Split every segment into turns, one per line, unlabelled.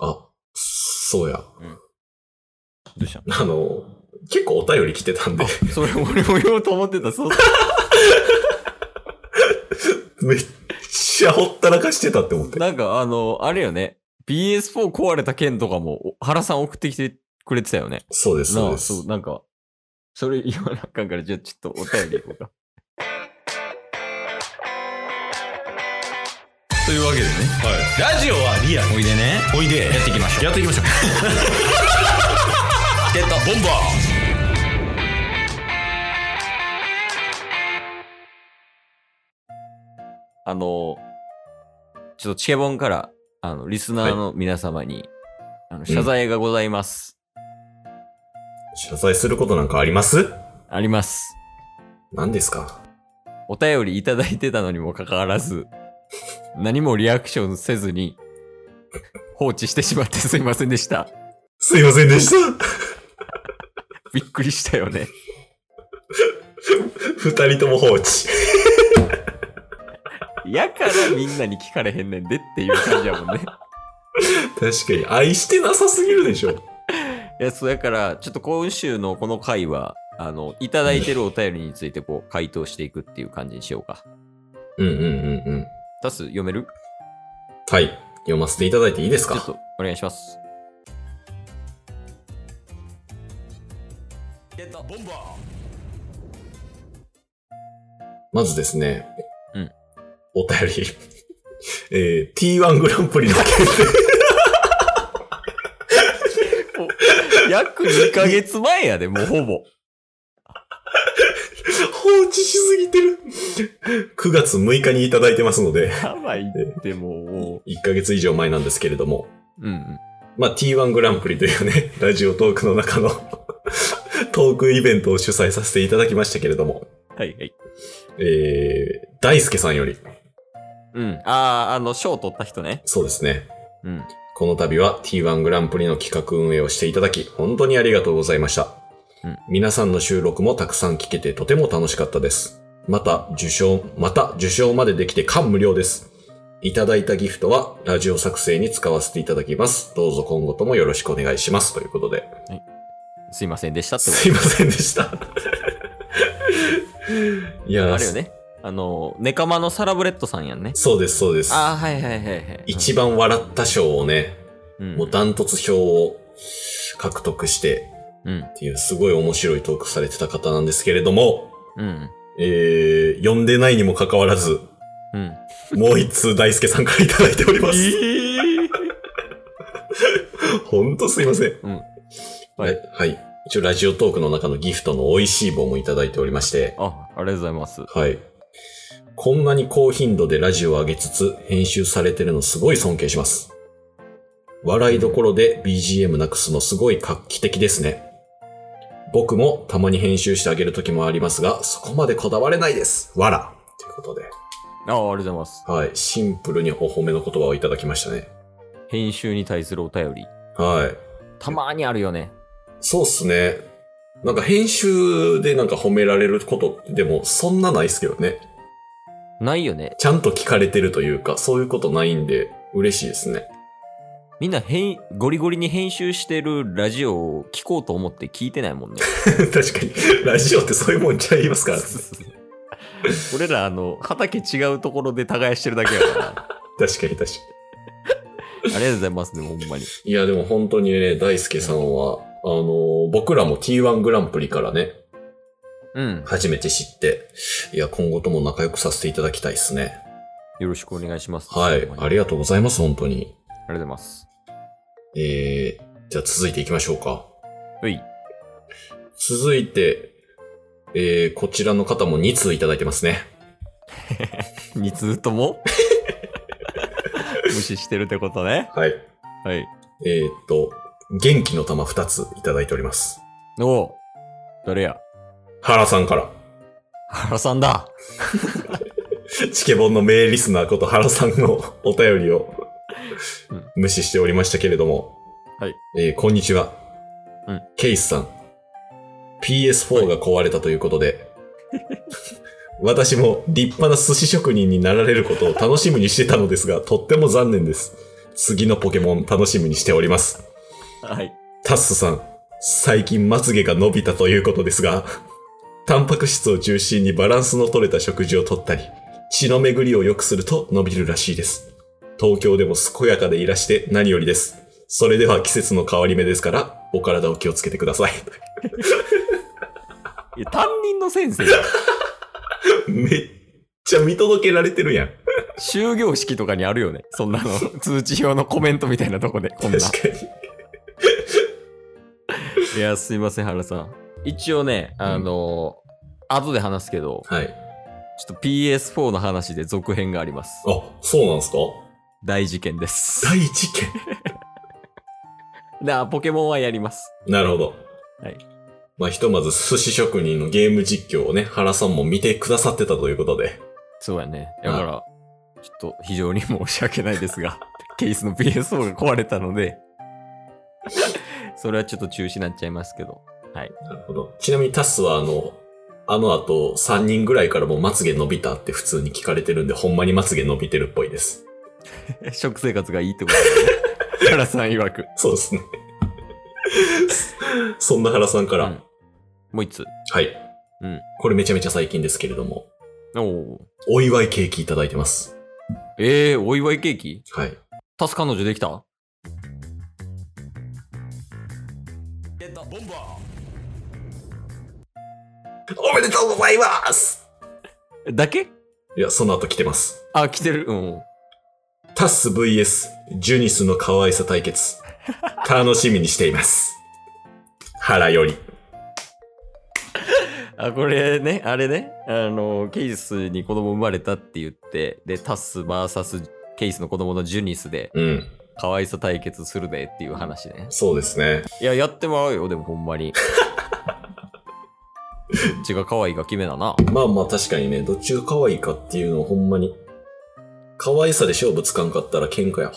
あ、そうや。
どうした
あの、結構お便り来てたんで、
それ俺も言おうと思ってた。そう。
めっちゃほったらかしてたって思って。
なんかあの、あれよね。PS4 壊れた件とかも、お原さん送ってきてくれてたよね。
そうです、
な
そう
あ、
です
そう、。なんか、それ言わなあかんから、じゃあちょっとお便りいこうか。
というわけでね、はい、ラジオはリアおいでねおいでやっていきましょうやっていきましょう ゲットボンバ
あの、ちょっとチケボンから、あの、リスナーの皆様に、あの謝罪がございます。
謝罪することなんかあります
あります。
何ですか
お便りいただいてたのにもかかわらず、何もリアクションせずに、放置してしまってすいませんでした。
すいませんでした。
びっくりしたよね。
二人とも放置。
やからみんなに聞かれへんねんでっていう感じやもんね。
確かに、愛してなさすぎるでしょ。
いや、そうやから、ちょっと今週のこの回は、あの、いただいてるお便りについてこう、回答していくっていう感じにしようか。
うんうんうんうん。
タス、読める
はい。読ませていただいていいです
ちょっ
か
と、お願いします。ゲット
ーボンバ
まずですね。
うん。
お便り。 えー、T1 グランプリの決定。
約2ヶ月前やで、もうほぼ。
放置しすぎてる。9月6日にいただいてますので、
やばいって、も
1ヶ月以上前なんですけれども。
う。うんうん。
まあ、T1 グランプリというね、 ラジオトークの中の トークイベントを主催させていただきましたけれども、
はいはい。
えー、大輔さんより、
うん。あー、あの、賞取った人ね。
そうですね、
うん。
この度は T1 グランプリの企画運営をしていただき、本当にありがとうございました。
うん
皆さんの収録もたくさん聞けてとても楽しかったです。また、受賞、また受賞までできて感無量です。いただいたギフトはラジオ作成に使わせていただきます。どうぞ今後ともよろしくお願いします。ということで。
すいませんでしたってこ
すいませんで した。いや
と。
ー
あれよね。あの、ネカマのサラブレッドさんやんね。
そうです、そうです。
あー、はいはいはいはい。
一番笑った賞をね、
うん、
もうダントツ賞を獲得して
うん。
っていうすごい面白いトークされてた方なんですけれども、
うん。
えー、呼んでないにもかかわら ず、
うん。
もう一通大輔さんからいただいております。ほんとすいません。
うんは
はいい。はい。一応ラジオトークの中のギフトの美味しい棒もいただいておりまして、
あ、ありがとうございます。
はい。こんなに高頻度でラジオを上げつつ編集されてるのすごい尊敬します。笑いどころで BGM なくすのすごい画期的ですね。僕もたまに編集してあげる時もありますが、そこまでこだわれないです。わら。ということで。
あ、ありがとうございます。
はい。シンプルにお褒めの言葉をいただきましたね。
編集に対するお便り。
はい。
たまーにあるよね。
そうっすね。なんか編集でなんか褒められることってでもそんなないっすけどね。
ないよね。
ちゃんと聞かれてるというか、そういうことないんで嬉しいですね。
みんな編、ゴリゴリに編集してるラジオを聞こうと思って聞いてないもんね。
確かに、ラジオってそういうもんちゃいますから。
俺ら、あの、畑違うところで耕してるだけやから。あ
確かに確かに。
りがとうございますね、ほんまに。
いや、でも本当にね、大輔さんは、あのー僕らも T1 グランプリからね、
うん。
初めて知って、いや、今後とも仲良くさせていただきたいですね。
よろしくお願いします。
はい
ほ。んまに
ありがとうございます、本当に。
ありがとうございます。
えー、じゃあ続いていきましょうか。
うい。
続いて、えー、こちらの方も2通いただいてますね。
二通と も無視してるってことね。
はい。
はい。
えー、っと、元気の玉2ついただいております。
おお誰や
原さんから。
原さんだ
チケボンの名リスナーこと原さんのお便りを
うん
無視しておりましたけれども。
はい。
えーこんにちは。
うん
ケイスさん。PS4 が壊れたということで、私も立派な寿司職人になられることを楽しみにしてたのですが、とっても残念です。次のポケモン楽しみにしております。
はい。
タッスさん、最近まつげが伸びたということですが、タンパク質を中心にバランスの取れた食事をとったり、血の巡りを良くすると伸びるらしいです。東京でも健やかでいらして何よりです。それでは季節の変わり目ですから、お体を気をつけてください。
いや担任の先生、
めっちゃ見届けられてるやん。
終業式とかにあるよね。そんなの、通知表のコメントみたいなとこで、こんな。
確かに。
いや、すいません、原さん。一応ね、あの後で話すけど、
はい。
ちょっと PS4 の話で続編があります。
あ、そうなんすか
大事件です。
第一件。
だからポケモンはやります。
なるほど。
はい。
まあ、ひとまず寿司職人のゲーム実況をね、原さんも見てくださってたということで。
そうやね。だから、ちょっと非常に申し訳ないですが、 ケースの PS4 が壊れたので、それはちょっと中止になっちゃいますけど。
なるほど。ちなみにタスはあの、あの後3人ぐらいからもうまつげ伸びたって普通に聞かれてるんで、ほんまにまつげ伸びてるっぽいです。
食生活がいいってことだね。原さん曰く。
そうですね。 そんな原さんから、
うんもう一つ。
はい。
うん
これめちゃめちゃ最近ですけれども、
おお。
お祝いケーキいただいてます。
えー、お祝いケーキ
はい。
タス彼女できた
ボンバー
おめでとうございます
だけ
いや、その後来てます。
あ、来てる。うん。
タス VS ジュニスの可愛さ対決。楽しみにしています。原より。
あ、これね、あれね、あの、ケイスに子供生まれたって言って、で、タス VS ケイスの子供のジュニスで、
うん。
可愛さ対決するでっていう話ね。
そうですね。
いや、やってもらうよ、でもほんまに。 どっちが可愛いが決めだな。
まあまあ確かにね、どっちが可愛いかっていうのをほんまに、可愛さで勝負つかんかったら喧嘩やわ。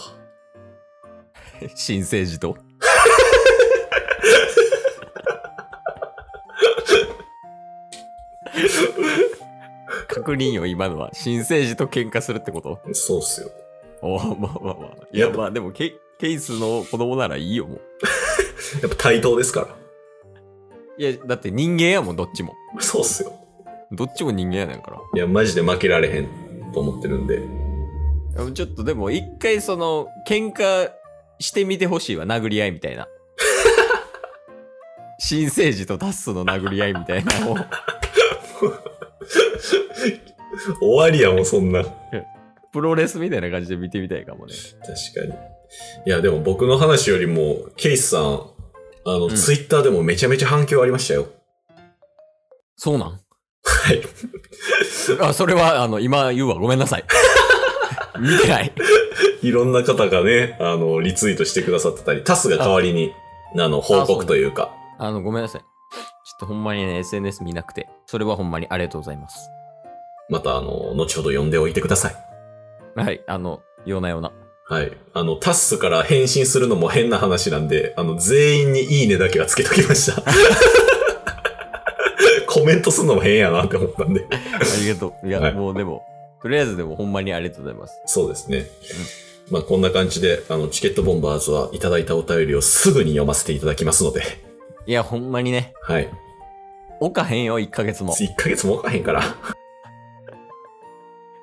新生児と。確認よ、今のは。新生児と喧嘩するってこと
そうっすよ。
おーまあまあまあ。いや、まあでもケイ、ケイスの子供ならいいよ、もう。
やっぱ対等ですか
いや、だって人間やもん、どっちも。
ら。そうっすよ。
どっちも人間やねんから。
いや、マジで負けられへんと思ってるんで。
でもちょっとでも、一回その、喧嘩してみてほしいわ、殴り合いみ たいな。新生児とタッスの殴り合いみたいなのを。
終わりやもん、そんな。確
プロレスみたいな感じで見てみたいかもね。
かに。いや、でも僕の話よりも、ケイスさん、あの、
ん
ツイッターでもめちゃめちゃ反響ありましたよ。
そうなん
はい。
あ、それは、あの、今言うわ。ごめんなさ い。見てない。
いろんな方がね、あの、リツイートしてくださってたり、タスが代わりに、あの、報告というか。
あの、ごめんなさい。ちょっとほんまにね、SNS 見なくて。それはほんまにありがとうございます。
また、あの、後ほど呼んでおいてください。
はい、あの、ようなような。
はい。あの、タッスから返信するのも変な話なんで、あの、全員にいいねだけはつけときました。 コメントするのも変やなって思ったんで。
ありがとう。い や、
はい
もうでも、とりあえずでもほんまにありがとうございます。
そうですね。まあ、こんな感じで、あの、チケットボンバーズはいただいたお便りをすぐに読ませていただきますので。
いや、ほんまにね、
はい。
おかへんよ、1ヶ月も。
1ヶ月もおかへんから。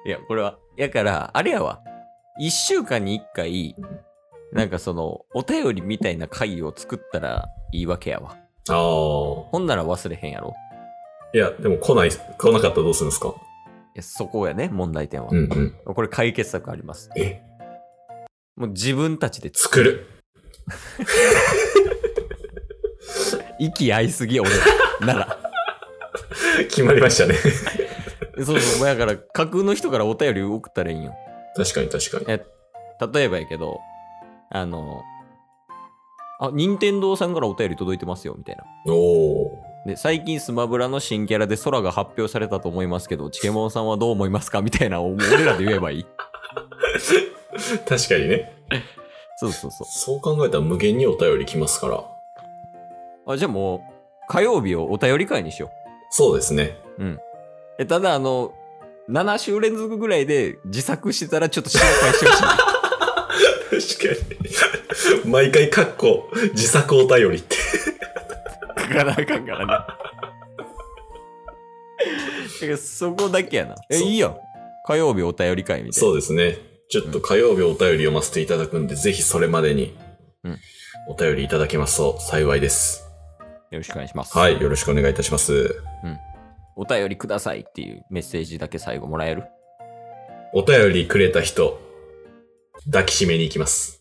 いや、これは、やから、あれやわ。1週間に1回、なんかその、お便りみたいな回を作ったらいいわけやわ。
ああ。
ほんなら忘れへんやろ。
いや、でも来ない、来なかったらどうするんですか
いや、そこやね、問題点は。
うんうん。
これ解決策あります。
え、
もう自分たちで
作る。
息合いすぎ、俺。なら。
決まりましたね。
そうそう、だから、架空の人からお便り送ったらいいんよ。
確かに確かに。
例えばやけど、あの、あ、任天堂さんからお便り届いてますよ、みたいな。
おお
で、最近スマブラの新キャラで空が発表されたと思いますけど、チケモンさんはどう思いますかみたいな、もう俺らで言え ばいい。
ー。確かにね。
そうそうそ
そう考えたら無限にお便り来ますから。
う。あ、じゃあもう、火曜日をお便り会にしよ
そうですね。
う。え、ただ、あの、7週連続ぐらいで自作してたらちょっと心配してほしい。
確かに。毎回、かっこ、自作お便りって。
書かなあかんからね。だからそこだけやな。え、
そう
いいやん。火曜日お便り会みたいな。
そうですね。ちょっと火曜日お便り読ませていただくんで、ぜひそれまでに
うん、
お便りいただけますと幸いです。
よろしくお願いします。
はい、よろしくお願いいたします。
お便りくださいっていうメッセージだけ最後もらえる
お便りくれた人、抱きしめに行きます。